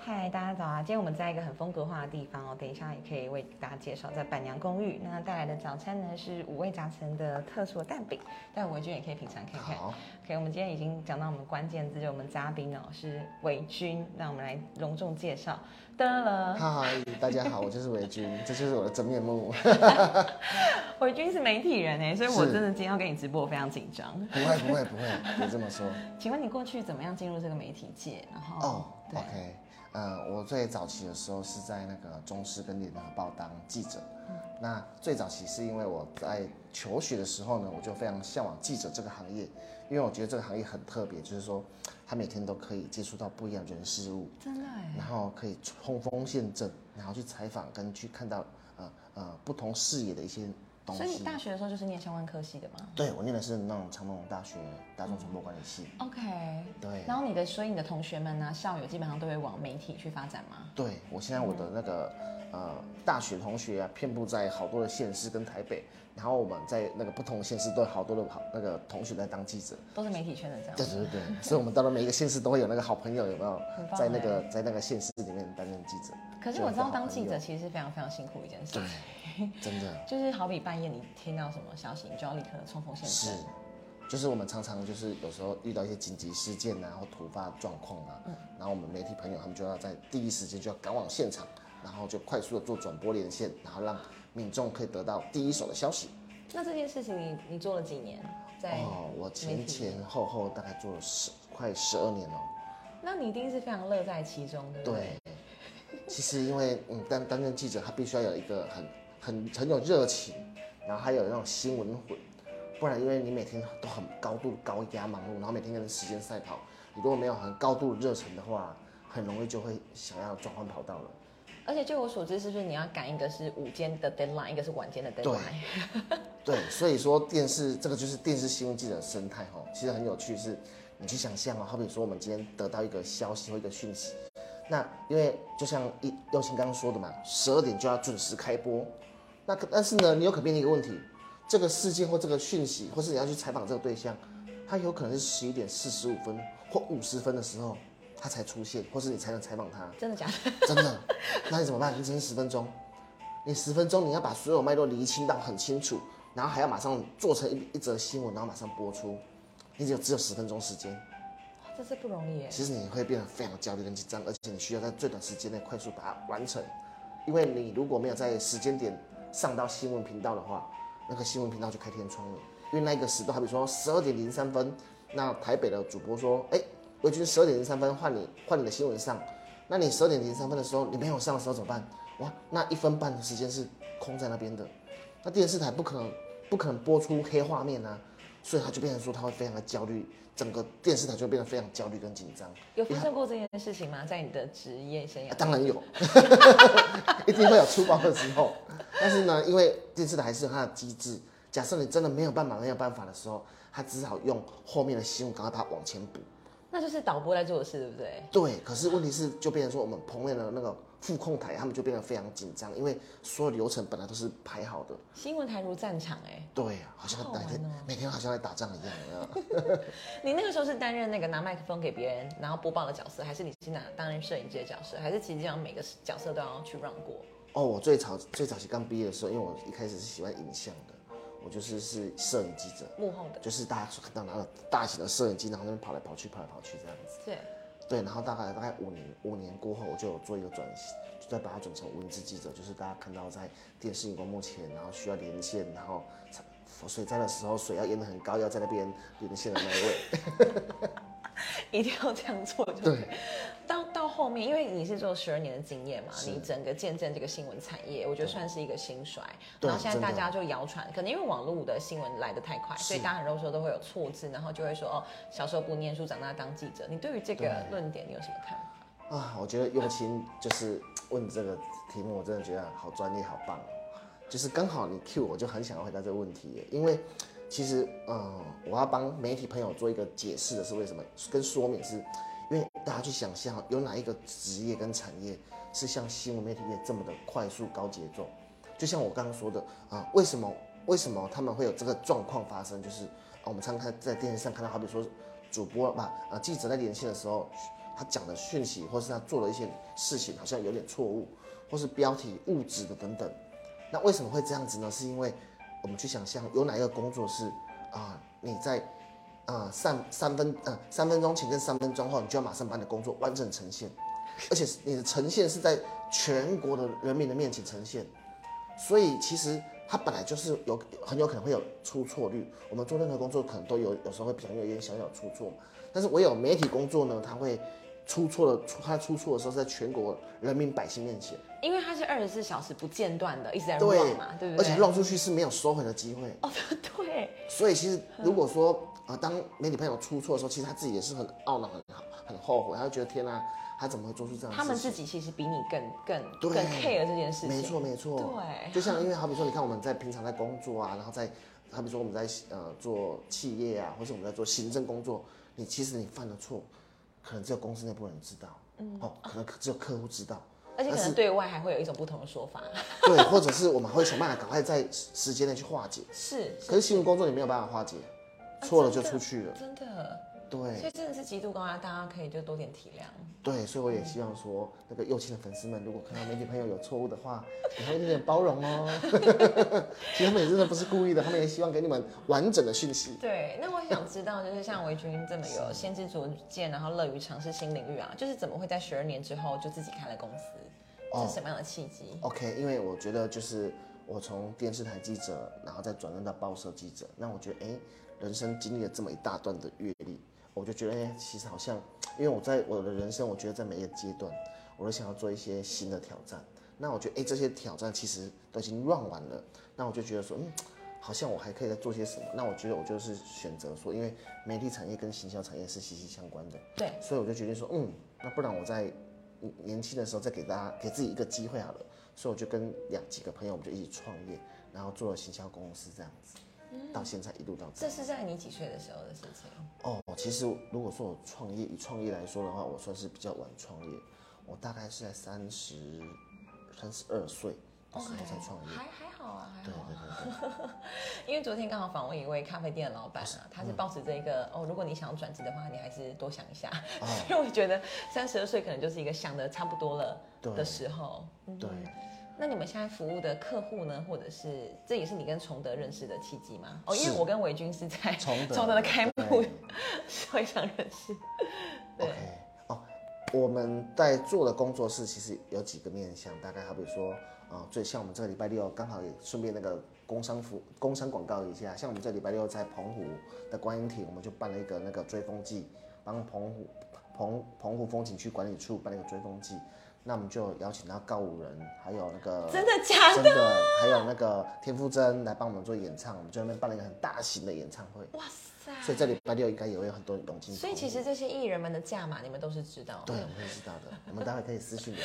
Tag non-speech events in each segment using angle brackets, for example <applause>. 嗨，大家早啊！今天我们在一个很风格化的地方哦，等一下也可以为大家介绍在板娘公寓。那带来的早餐呢是五味杂陈的特殊的蛋饼，待会维君也可以品尝看看。好， OK，我们今天已经讲到我们关键字，就我们嘉宾哦是维君，那我们来隆重介绍。得了，嗨，大家好，我就是维君，这就是我的真面目。 <laughs> 维君是媒体人哎，所以我是真的今天要跟你直播，我非常紧张。不会，不会，不会，别这么说。请问你过去怎么样进入这个媒体界？然后哦、对 o k 呃，我最早期的时候是在那个中视跟联合报当记者。嗯那最早期是因为我在求学的时候呢，我就非常向往记者这个行业，因为我觉得这个行业很特别，就是说他每天都可以接触到不一样的人事物，真的哎，然后可以冲锋陷阵，然后去采访跟去看到呃呃不同视野的一些东所以你西。大学的时候就是念相关科系的吗对，我念的是那种长隆大学大众传播管理系。 ？OK，对，然后你的，所以你的同学们呢、校友基本上都会往媒体去发展吗？对我现在我的那个、呃大学同学啊，遍布在好多的县市跟台北，然后我们在那个不同的县市都有好多的好那个同学在当记者。都是媒体圈的这样对。对对对， <laughs> 所以我们到了每一个县市都会有那个好朋友，有没有很棒欸在那个在那个县市里面担任记者？可是我知道当记者其实是非常非常辛苦一件事情，对，真的就是好比半夜你听到什么消息，你就要立刻冲锋陷是阵。。就是我们常常就是有时候遇到一些紧急事件啊，或突发状况啊，然后我们媒体朋友他们就要在第一时间就要赶往现场，然后就快速的做转播连线，然后让民众可以得到第一手的消息。那这件事情你你做了几年？在、哦，我媒前体前后后大概做了十快十二年哦。那你一定是非常乐在其中，对不对？对，其实因为嗯担担任记者，他必须要有一个很很很有热情，然后还有那种新闻魂，不然因为你每天都很高度高压忙碌，然后每天跟时间赛跑，你如果没有很高度热忱的话，很容易就会想要转换跑道了。而且就我所知，是不是你要赶一个是午间的 deadline，一个是晚间的 deadline？对，所以说电视这个就是电视新闻记者的生态哈，其实很有趣是，你去想象啊，好比说我们今天得到一个消息或一个讯息，那因为就像一右青刚刚说的嘛，十二点就要准时开播，那可但是呢，你有可变的一个问题，这个事件或这个讯息，或是你要去采访这个对象，他有可能是十一点四十五分或五十分的时候他才出现，或是你才能采访他。真的假的？ <laughs> 真的，那你怎么办？你只剩十分钟，你十分钟你要把所有脉络厘清到很清楚，然后还要马上做成一一则新闻，然后马上播出，你只有只有十分钟时间，这是不容易耶。其实你会变得非常焦虑跟紧张，而且你需要在最短时间内快速把它完成，因为你如果没有在时间点上到新闻频道的话，那个新闻频道就开天窗了，因为那一个时段，好比说十二点零三分，那台北的主播说，哎、维军十二点零三分换你换你的新闻上，那你十二点零三分的时候你没有上的时候怎么办？哇，那一分半的时间是空在那边的，那电视台不可能不可能播出黑画面啊，所以他就变成说他会非常的焦虑，整个电视台就变得非常焦虑跟紧张。有发生过这件事情吗？在你的职业生涯啊？当然有， <laughs> 一定会有出包的时候。但是呢，因为电视台还是有它的机制，假设你真的没有办法没有办法的时候，它只好用后面的新闻赶快把它往前补。那就是导播在做的事，对不对？对，可是问题是，就变成说我们棚内的那个副控台，他们就变得非常紧张，因为所有流程本来都是排好的。新闻台如战场哎、对，啊好像好好每天、玩哦每天好像在打仗一样。有没有你那个时候是担任那个拿麦克风给别人然后播报的角色，还是你是拿担任摄影机的角色，还是其实这样每个角色都要去 run 过？哦，我最早最早期刚毕业的时候，因为我一开始是喜欢影像的，我就是是摄影记者。幕后的就是大家看到拿了大型的摄影机，然后那边跑来跑去，跑来跑去这样子。对，对，然后大概大概五年五年过后，我就有做一个转型，就再把它转成文字记者，就是大家看到在电视荧光幕前，然后需要连线，然后水灾的时候水要淹得很高，要在那边连线的那一位。 <laughs> 一定要这样做就对。对，到到后面，因为你是做十二年的经验嘛，是你整个见证这个新闻产业，我觉得算是一个兴衰。对然后现在真的大家就谣传，可能因为网络的新闻来得太快，所以大家很多时候都会有错字，然后就会说哦，小时候不念书，长大当记者。你对于这个对论点你有什么看法？啊，我觉得用心就是问这个题目，我真的觉得好专业，好棒哦。就是刚好你 Q 我，就很想要回答这个问题耶，因为其实嗯，我要帮媒体朋友做一个解释的是为什么，跟说明是，因为大家去想象有哪一个职业跟产业是像新闻媒体业这么的快速高节奏，就像我刚刚说的啊、为什么为什么他们会有这个状况发生？哦就是啊，我们常看在电视上看到，好比说主播吧，啊记者在连线的时候，他讲的讯息，或是他做的一些事情好像有点错误，或是标题物质的等等。那为什么会这样子呢？是因为我们去想象有哪一个工作是啊、你在啊、三三分啊、三分钟前跟三分钟后，你就要马上把你的工作完整呈现，而且是你的呈现是在全国的人民的面前呈现。所以其实它本来就是有很有可能会有出错率。我们做任何工作可能都有有时候会不小心有一点小小出错嘛。但是唯有媒体工作呢，它会出错的，出它出错的时候是在全国人民百姓面前，因为它是二十四小时不间断的，一直在对 run 嘛，对不对？而且弄出去是没有收回的机会。哦， <laughs> 对，所以其实如果说啊、当媒体朋友出错的时候，其实他自己也是很懊恼、很很后悔，他就觉得天啊，他怎么会做出这样的事情？他们自己其实比你更更嗯对更 care 这件事情，没错，没错，对就像因为好比说，你看我们在平常在工作啊，然后在好比说我们在呃做企业啊，或是我们在做行政工作，你其实你犯了错，可能只有公司内部人知道，嗯，哦，可能只有客户知道，而且可但是能对外还会有一种不同的说法， <laughs> 对，或者是我们会想办法赶快在时时间内去化解。是可是新闻工作你没有办法化解，错了就出去了，真的，对所以真的是极度高压，大家可以就多点体谅。对，所以我也希望说，那个右倾的粉丝们，如果看到媒体朋友有错误的话，你还有一点点包容哦。 <laughs> 其实他们也真的不是故意的，他们也希望给你们完整的讯息。对，那我也想知道，就是像维君这么有先知灼见，然后乐于尝试新领域啊，就是怎么会在十二年之后就自己开了公司？哦是什么样的契机？ OK，因为我觉得就是我从电视台记者，然后再转任到报社记者，那我觉得哎，人生经历了这么一大段的阅历，我就觉得哎，其实好像，因为我在我的人生，我觉得在每一个阶段，我都想要做一些新的挑战。那我觉得哎，这些挑战其实都已经 run 完了，那我就觉得说嗯。好像我还可以再做些什么？那我觉得我就是选择说，因为媒体产业跟行销产业是息息相关的，对，所以我就决定说，嗯，那不然我在嗯年轻的时候再给大家给自己一个机会好了。所以我就跟两几个朋友，我们就一起创业，然后做了行销公司这样子，到现在一路到这。这是在你几岁的时候的事情？哦，其实如果说我创业以创业来说的话，我算是比较晚创业，我大概是在三十三十二岁的时候才哦创业。还还好啊，还对好啊。对对对，因为昨天刚好访问一位咖啡店的老哦板啊，他是抱持这一个、嗯哦，如果你想要转职的话，你还是多想一下，哦 <laughs> 因为我觉得三十二岁可能就是一个想的差不多了对 <laughs> 的时候。嗯对。那你们现在服务的客户呢，或者是这也是你跟崇德认识的契机吗？哦，因为是我跟维军是在崇德崇德的开幕对会上认识。对 OK，哦，我们在做的工作室其实有几个面向，大概好比说，啊、最像我们这个礼拜六刚好也顺便那个工商服工商广告一下，像我们这礼拜六在澎湖的观音亭，我们就办了一个那个追风季，帮澎湖澎澎湖风景区管理处办了一个追风季，那我们就邀请到告五人，还有那个真的假真的？的，还有那个田馥甄来帮我们做演唱，我们就在那边办了一个很大型的演唱会，哇塞！所以这礼拜六应该也会有很多人涌进澎湖。所以其实这些艺人们的价码你们都是知道的。对，我会知道 <laughs> 的。我们待会可以私信聊，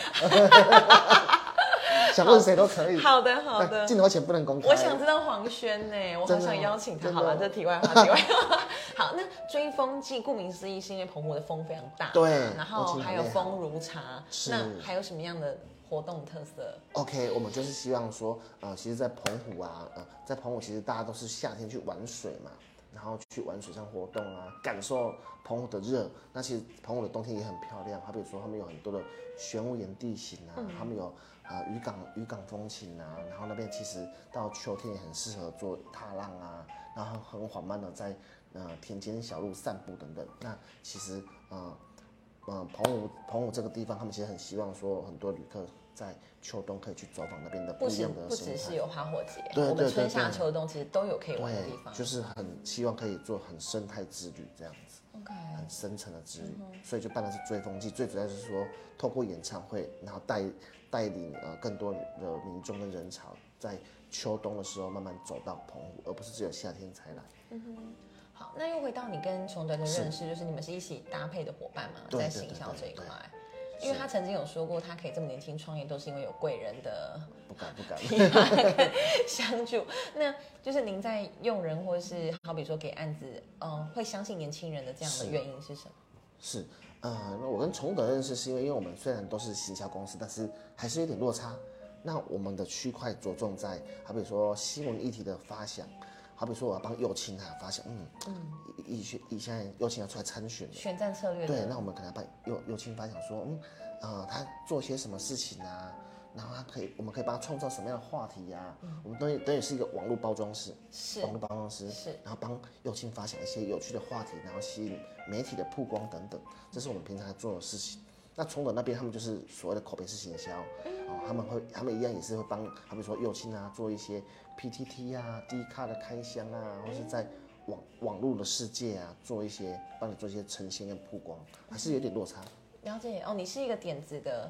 想问谁都可以。好的好但的。镜头前不能公开。我想知道黄轩呢、我好真的想邀请他。真的好了，这题外 <laughs> 话，题外话。好，那追风季顾名思义是因为澎湖的风非常大，对然风后情还很有厉害风如茶，是那还有什么样的活动特色？ OK，我们就是希望说，呃，其实，在澎湖啊，呃，在澎湖其实大家都是夏天去玩水嘛，然后去玩水上活动啊，感受澎湖的热。那其实澎湖的冬天也很漂亮，好比说他们有很多的玄武岩地形嗯啊，他们有呃渔港渔港风情啊，然后那边其实到秋天也很适合做踏浪啊，然后很缓慢的在呃田间小路散步等等。那其实呃嗯，澎湖澎湖这个地方，他们其实很希望说很多旅客在秋冬可以去走访那边的不不一只样的不生只是态。有花火节，对我们对春对夏对秋冬其实都有可以玩的对地，方。就是很希望可以做很生态之旅这样子， OK，很深层的之旅，所以就办的是追风季，最主要就是说透过演唱会，然后带带领呃更多的民众跟人潮，在秋冬的时候慢慢走到澎湖，而不是只有夏天才来。好，那又回到你跟崇德的认识，就是你们是一起搭配的伙伴嘛，对在对行对销对这一对块。因为他曾经有说过，他可以这么年轻创业，都是因为有贵人的不敢不敢，啊 <laughs> 相助。那就是您在用人，或是好比说给案子，嗯、会相信年轻人的这样的是原因是什么？是， <laughs> 呃，那我跟崇德认识是因为，因为我们虽然都是行销公司，但是还是有点落差。那我们的区块着重在，好比说新闻议题的发想，好好比说我要帮右青啊，发现嗯，以以以现在右青要出来参选了，选战策略对，的那我们可能帮右右青发想说，嗯，呃，他做些什么事情啊？然后他可以，我们可以帮他创造什么样的话题呀、我们等于等于是一个网络包装师，是网络包装师，是然后帮右青发想一些有趣的话题，然后吸引媒体的曝光等等，这是我们平常在做的事情。那从我那边他们就是所谓的口碑式行销，哦，他们会，他们一样也是会帮，好比说右青啊，做一些 PTT 啊、D 卡的开箱啊，或是在网网络的世界啊，做一些帮你做一些呈现跟曝光，还是有点落差。了解哦。你是一个点子的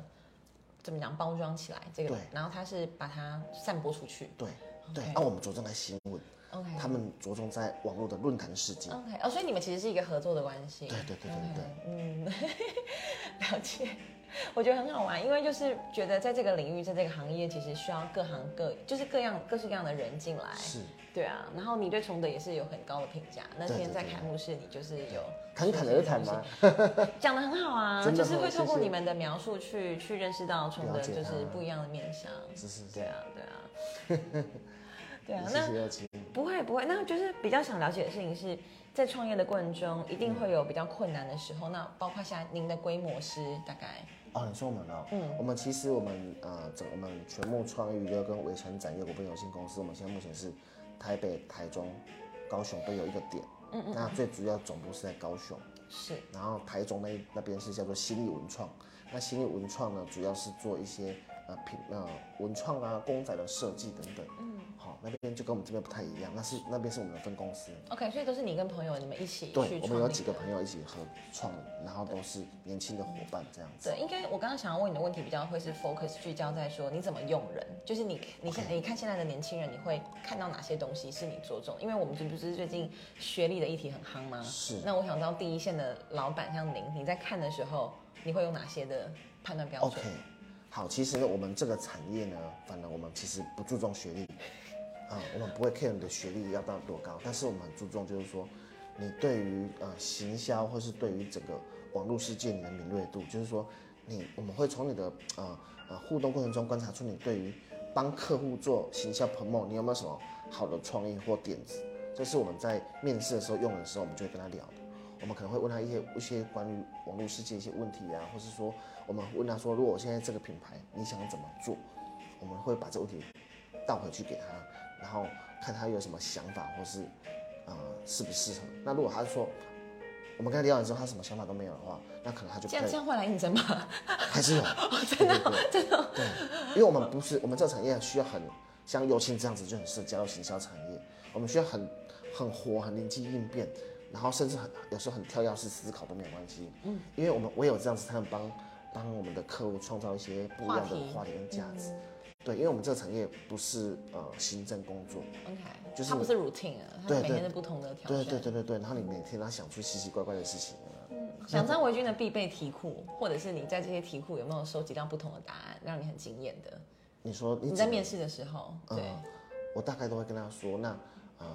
怎么讲包装起来这个对，然后他是把它散播出去。对对 OK，那、我们着重在新闻， OK 他们着重在网络的论坛世界。 OK 哦，所以你们其实是一个合作的关系。对对对对对 OK，嗯，了解。 <laughs> 我觉得很好玩，因为就是觉得在这个领域，在这个行业，其实需要各行各就是各样各式各样的人进来。是对啊，然后你对崇德也是有很高的评价。那对天对在对开幕式，你就是有侃侃而谈嘛。吗？讲的很好啊，真就的是哦会透过谢谢你们的描述去去认识到崇德了解就是他不一样的面相。 <laughs> 是是是对啊，对啊， <laughs> 对啊。谢那谢邀请。不会不会，那就是比较想了解的事情是在创业的过程中，一嗯定会有比较困难的时候。那包括现在您的规模是大概哦，你说我们哦，嗯，我们其实我们呃，整我们全幕创意娱乐跟围城展业股份有限公司，我们现在目前是台北、台中、高雄都有一个点，嗯嗯，那最主要总部是在高雄，是然后台中那一那边是叫做新力文创，那新力文创呢，主要是做一些呃品呃文创啊、公仔的设计等等，嗯，好、那边就跟我们这边不太一样，那是那边是我们的分公司， OK，所以都是你跟朋友你们一起对去，我创们有立几个朋友一起合创，然后都是年轻的伙伴这样子，对，应该我刚刚想要问你的问题比较会是 focus 聚焦在说你怎么用人，就是你你看你看现在的年轻人，你会看到哪些东西是你着重？因为我们这不是最近学历的议题很夯吗？是那我想知道第一线的老板像您，你在看的时候，你会有哪些的判断标准 OK，好，其实呢我们这个产业呢，反正我们其实不注重学历，啊、我们不会 care 你的学历要到多高，但是我们很注重就是说，你对于呃行销或是对于整个网络世界你的敏锐度，就是说你我们会从你的呃呃互动过程中观察出你对于帮客户做行销 promo，你有没有什么好的创意或点子？这是我们在面试的时候用的时候，我们就会跟他聊的。我们可能会问他一些一些关于网络世界一些问题啊，或是说我们问他说，如果我现在这个品牌你想怎么做，我们会把这个问题倒回去给他，然后看他有什么想法或是呃适不适合。那如果他说我们跟他聊完之后，他什么想法都没有的话，那可能他就不这样太这样会来应征吗？还是有，哦真的、真的、对，因为我们不是我们这个产业需要很像友情这样子就很适合加入行销产业，我们需要很很活、很灵机应变，然后甚至很有时候很跳跃式思考都没有关系。嗯，因为我们唯有这样子才能帮帮我们的客户创造一些不一样的话题话题嗯跟价值。对，因为我们这个产业不是呃行政工作， OK， <laughs> 就是它不是 routine 啊，它对每对天是不同的挑对战。对对对对，然后你每天要想出奇奇怪怪的事情啊。想知道维军的必备题库，或者是你在这些题库有没有收集到不同的答案，让你很惊艳的？你说你你只在能面试的时候，对，嗯我大概都会跟他说，那呃，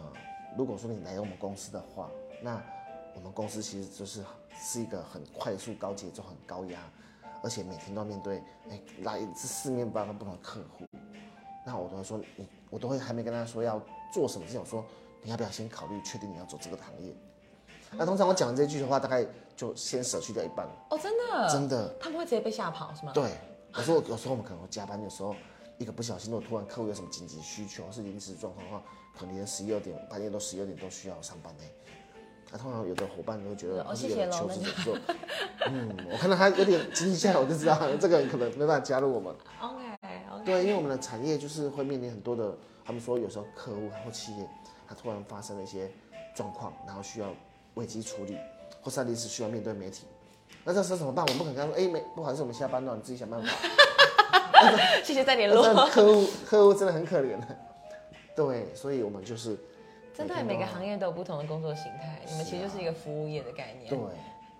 如果说你来我们公司的话，那我们公司其实就是是一个很快速、高节奏、很高压，而且每天都要面对哎来自四面八方不同的客户。那我都会说你，我都会还没跟他说要做什么之前，我说你要不要先考虑确定你要走这个行业？那通常我讲这句的话，大概就先舍去掉一半了，哦，真的，真的。他们会直接被吓跑是吗？对，有时候有时候我们可能会加班，有时候一个不小心，如果突然客户有什么紧急需求或是临时状况的话，可能连十一二点半夜都十一二点都需要上班呢、那、通常有的伙伴都会觉得，哦或是谢有谢的咯求那职就者就 <laughs> 说，嗯，我看到他有点惊吓，我就知道 <laughs> 这个人可能没办法加入我们。 ，OK OK，对，因为我们的产业就是会面临很多的，他们说有时候客户或企业，他突然发生了一些状况，然后需要危机处理，或是他临时需要面对媒体，那这时候怎么办？我们不可能跟他说，哎、没不好意思，我们下班了，你自己想办法。 <laughs> 谢谢再联 <laughs> 那络这。样客户客户真的很可怜 <laughs> 的，对，所以我们就是真的，每天都每个要行业都有不同的工作形态，你们其实就是一个服务业的概念。对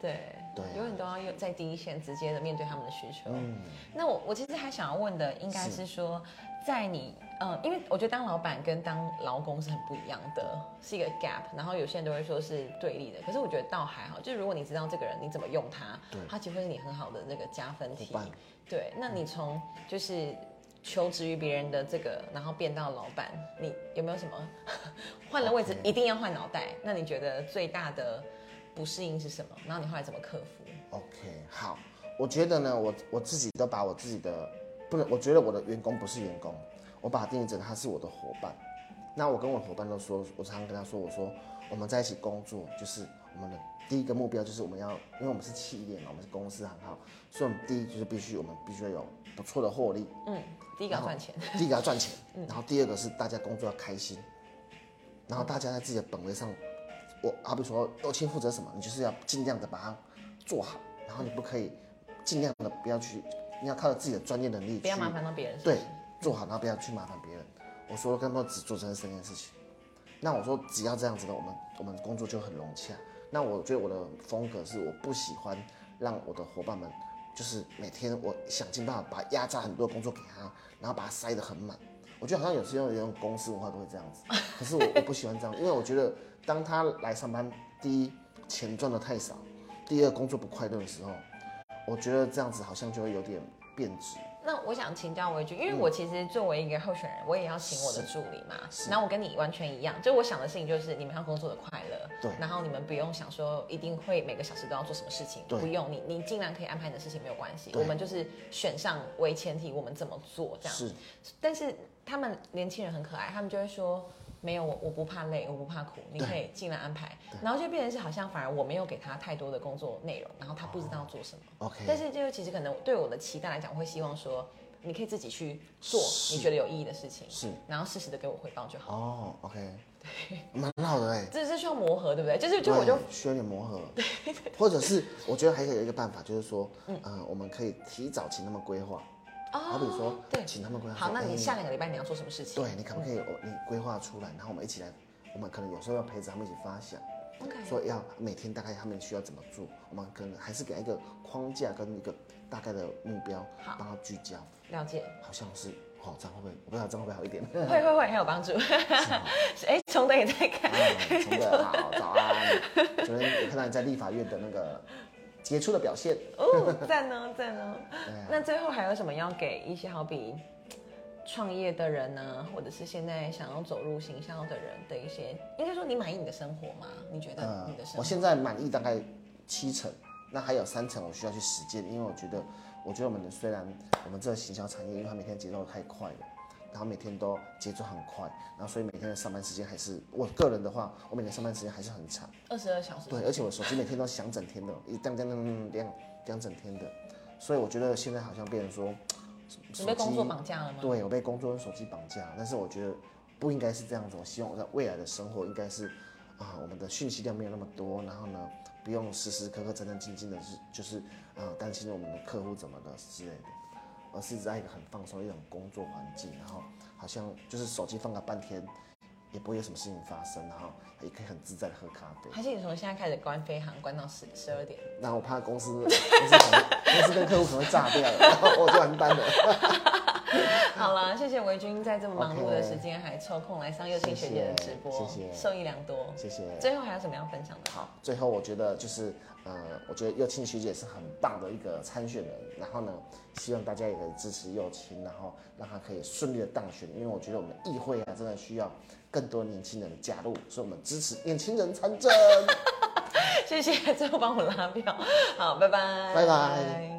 对对啊永远都要有在第一线直接的面对他们的需求。嗯那我我其实还想要问的，应该是说，在你呃，因为我觉得当老板跟当劳工是很不一样的，是一个 gap。然后有些人都会说是对立的，可是我觉得倒还好，就是如果你知道这个人你怎么用他对，他其实会是你很好的那个加分伙嗯题。伴。对，那你从就是。求职于别人的这个，然后变到老板，你有没有什么换了位置 OK 一定要换脑袋？那你觉得最大的不适应是什么？然后你后来怎么克服？ OK，好，我觉得呢，我我自己都把我自己的不能，我觉得我的员工不是员工，我把它定义成他是我的伙伴。那我跟我的伙伴都说，我常常跟他说，我说我们在一起工作，就是我们的第一个目标就是我们要，因为我们是企业嘛，我们是公司行号，所以我们第一就是必须我们必须要有不错的获利，嗯，第一个要赚钱，第一个要赚钱，然后第二个是大家工作要开心，然后大家在自己的本位上，我好比说六亲负责什么，你就是要尽量的把它做好，然后你不可以尽量的不要去，你要靠自己的专业能力不去要麻烦到别人。是不是对，做好，然后不要去麻烦别人。我说了，跟他们只做这三件事情。那我说，只要这样子的，我们我们工作就很融洽。那我觉得我的风格是，我不喜欢让我的伙伴们，就是每天我想尽办法把压榨很多工作给他，然后把他塞得很满。我觉得好像有时候有种公司文化都会这样子，可是我我不喜欢这样，因为我觉得当他来上班，第一钱赚的太少，第二工作不快乐的时候，我觉得这样子好像就会有点变质。那我想请教我一句，因嗯为我其实作为一个候选人，我也要请我的助理嘛。然后我跟你完全一样，就我想的事情就是你们要工作的快乐，对然后你们不用想说一定会每个小时都要做什么事情，对不用你你尽量可以安排你的事情没有关系。对我们就是选上为前提，我们怎么做这样。是，但是他们年轻人很可爱，他们就会说。没有，我我不怕累，我不怕苦，你可以尽量安排，然后就变成是好像反而我没有给他太多的工作内容，然后他不知道哦做什么。 OK，但是就是其实可能对我的期待来讲，我会希望说，你可以自己去做是你觉得有意义的事情，是然后适时的给我回报就好。哦，OK，蛮好的哎、欸。这是需要磨合，对不对？就是就我就对需要点磨合，或者是我觉得还可以有一个办法，就是说，嗯、我们可以提早请他们规划，哦好比说对，请他们规划好，说那你哎下两嗯个礼拜你要做什么事情？对你可不可以我你规划出来，然后我们一起来，我们可能有时候要陪着他们一起发想， ，OK，说要每天大概他们需要怎么做，我们可能还是给他一个框架跟一个大概的目标，好帮他聚焦，了解。好像是，哦，这样会不会，我不知道这样会不会好一点，会会会，很有帮助。 <laughs> 哎，崇德也在看，哎，陈哥好，早安。昨天我看到你在立法院的那个杰出的表现， <laughs> 哦，赞哦，赞哦啊。那最后还有什么要给一些好比创业的人呢、或者是现在想要走入行销的人的一些，应该说你满意你的生活吗？你觉得呃你的，生我活？现在满意大概七成，那还有三成我需要去实践，因为我觉得，我觉得我们的虽然我们这个行销产业，因为它每天节奏太快了。然后每天都节奏很快，然后所以每天的上班时间还是我个人的话，我每天上班时间还是很长。二十二小时对，而且我手机每天都响整天的，一当当当当当当整天的，所以我觉得现在好像变成说，你被手工机作绑架了吗？对，我被工作跟手机绑架，但是我觉得不应该是这样子。我希望我在未来的生活应该是啊、我们的讯息量没有那么多，然后呢，不用时时刻刻战战兢兢的是就是啊、担心我们的客户怎么的之类的，而是在一个很放松的一种工作环境，然后好像就是手机放个半天。也不会有什么事情发生，然后也可以很自在的喝咖啡。还是你从现在开始关飞航，关到十十二点？ <laughs> 那我怕公司公司可能公司跟客户可能会炸掉了，然后我就完蛋了。好了，谢谢维君在这么忙碌 OK 的时间还抽空来上幼青学姐的直播，谢谢受益良多。谢谢。最后还有什么要分享的？ <laughs> 好，最后我觉得就是，呃，我觉得右青学姐是很棒的一个参选人，然后呢，希望大家也可以支持右青，然后让她可以顺利的当选，因为我觉得我们议会啊，真的需要更多年轻人加入，所以我们支持年轻人参政。谢谢，最后帮我拉票。好，拜拜，拜拜。